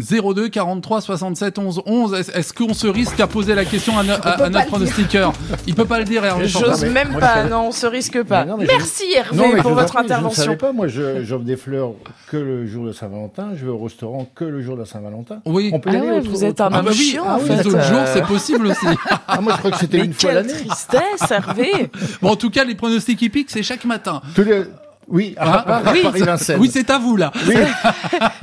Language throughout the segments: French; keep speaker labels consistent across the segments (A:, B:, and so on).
A: 02 43 67 11 11. Est-ce est-ce qu'on se risque à poser la question à, no- à- à
B: pas
A: notre
B: le dire.
A: pronostiqueur Il peut pas le dire, Hervé Chantal.
B: J'ose
C: mais
B: même
C: moi,
B: pas,
C: je-
B: non, on se risque pas.
C: Non, non, mais je-
B: Merci Hervé
C: Non, mais je
B: pour
C: vous en
B: votre
C: prie, Je ne
B: intervention.
C: savais pas, moi, je- j'offre des fleurs que le jour de Saint-Valentin, je vais au restaurant que le jour de Saint-Valentin.
A: Oui.
C: On peut y
B: Ah
C: aller
B: ouais,
C: autre-
B: vous êtes
C: autre-
B: un
A: Ah bah oui,
B: chiant,
A: ah
B: en
A: oui,
B: fait,
A: les autres
B: euh.
A: jours, c'est possible aussi.
C: Ah, moi, je crois que c'était
B: Mais
C: une fois
B: quelle
C: l'année.
B: tristesse, Hervé
A: Bon, en tout cas, les pronostics hippiques, c'est chaque matin.
C: Tous les- Oui, à,
A: Ah,
C: part- à
B: oui,
C: Paris-Vincennes.
A: Oui, c'est à vous, là.
C: Oui,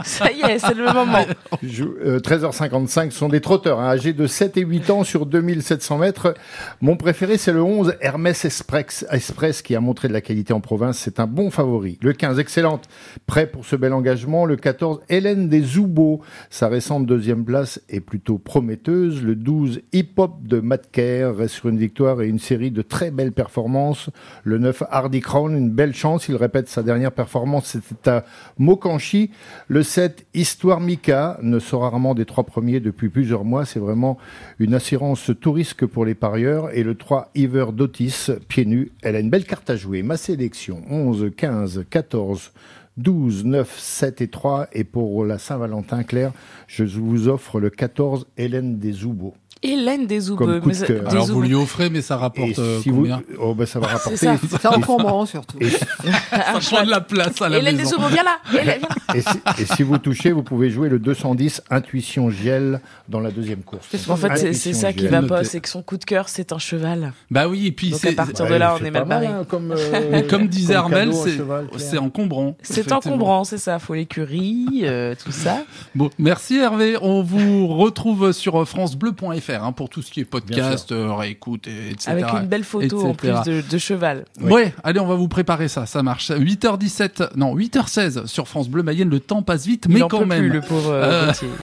B: Ça y est, c'est le moment.
C: je- euh, 13h55 sont des trotteurs, hein, âgés de 7 et 8 ans sur 2700 mètres. Mon préféré, c'est le 11, Hermès Express, Express, qui a montré de la qualité en province. C'est un bon favori. Le 15, excellente, prêt pour ce bel engagement. Le 14, Hélène des Zoubeaux. Sa récente deuxième place est plutôt prometteuse. Le 12, Hip Hop de Matt Kerr reste sur une victoire et une série de très belles performances. Le 9, Hardy Crown, une belle chance. Il répète sa dernière performance, c'était à Mokanchi. Le 7, Histoire Mika, ne sort rarement des trois premiers depuis plusieurs mois. C'est vraiment une assurance tout risque pour les parieurs. Et le 3, Iver Dotis, pieds nus. Elle a une belle carte à jouer. Ma sélection, 11, 15, 14, 12, 9, 7 et 3. Et pour la Saint-Valentin, Claire, je vous offre le 14, Hélène des Zoubeaux.
B: Hélène des
C: Comme
B: Oubeux.
C: coup de cœur.
A: Alors, vous lui offrez, mais ça rapporte euh, combien
C: oh, ben, ça va rapporter.
B: ça.
D: Ça en prend moins, surtout.
B: Ah,
A: Ça prend de la place à la
B: Hélène
A: maison.
B: des Oubeux, viens là Hélène, viens là.
C: Et si, et si vous touchez, vous pouvez jouer le 210 Intuition Giel dans la deuxième course.
D: Qu'est-ce
B: En fait, c'est-
C: Intuition Bah,
B: c'est ça qui
C: Giel.
B: va
A: noté.
B: pas, c'est que son coup de cœur, c'est un cheval.
A: Bah oui, et puis
B: Donc,
A: c'est...
B: à partir de là, on
C: c'est
B: est
C: pas
B: mal
C: mal,
B: barré.
C: hein, Comme, euh,
A: Comme disait
C: comme
A: Armel,
C: cadeau, un
A: c'est-
C: cheval, Claire.
A: c'est encombrant.
B: C'est
A: effectivement.
B: encombrant, c'est ça. Faut l'écurie, euh, tout ça.
A: Bon, merci Hervé. On vous retrouve sur euh, francebleu.fr hein, pour tout ce qui est
C: Bien
A: podcast, euh, réécoute, et- etc.
B: Avec une belle photo en plus
A: etc..
B: de, de cheval.
C: Oui.
A: Ouais, allez, on va vous préparer ça, ça marche. 8h17, non, 8h16 sur France Bleu Mayenne, le temps passe vite, mais
B: Il en
A: quand
B: peut
A: même.
B: plus, le pauvre.
A: Euh,
B: Gauthier.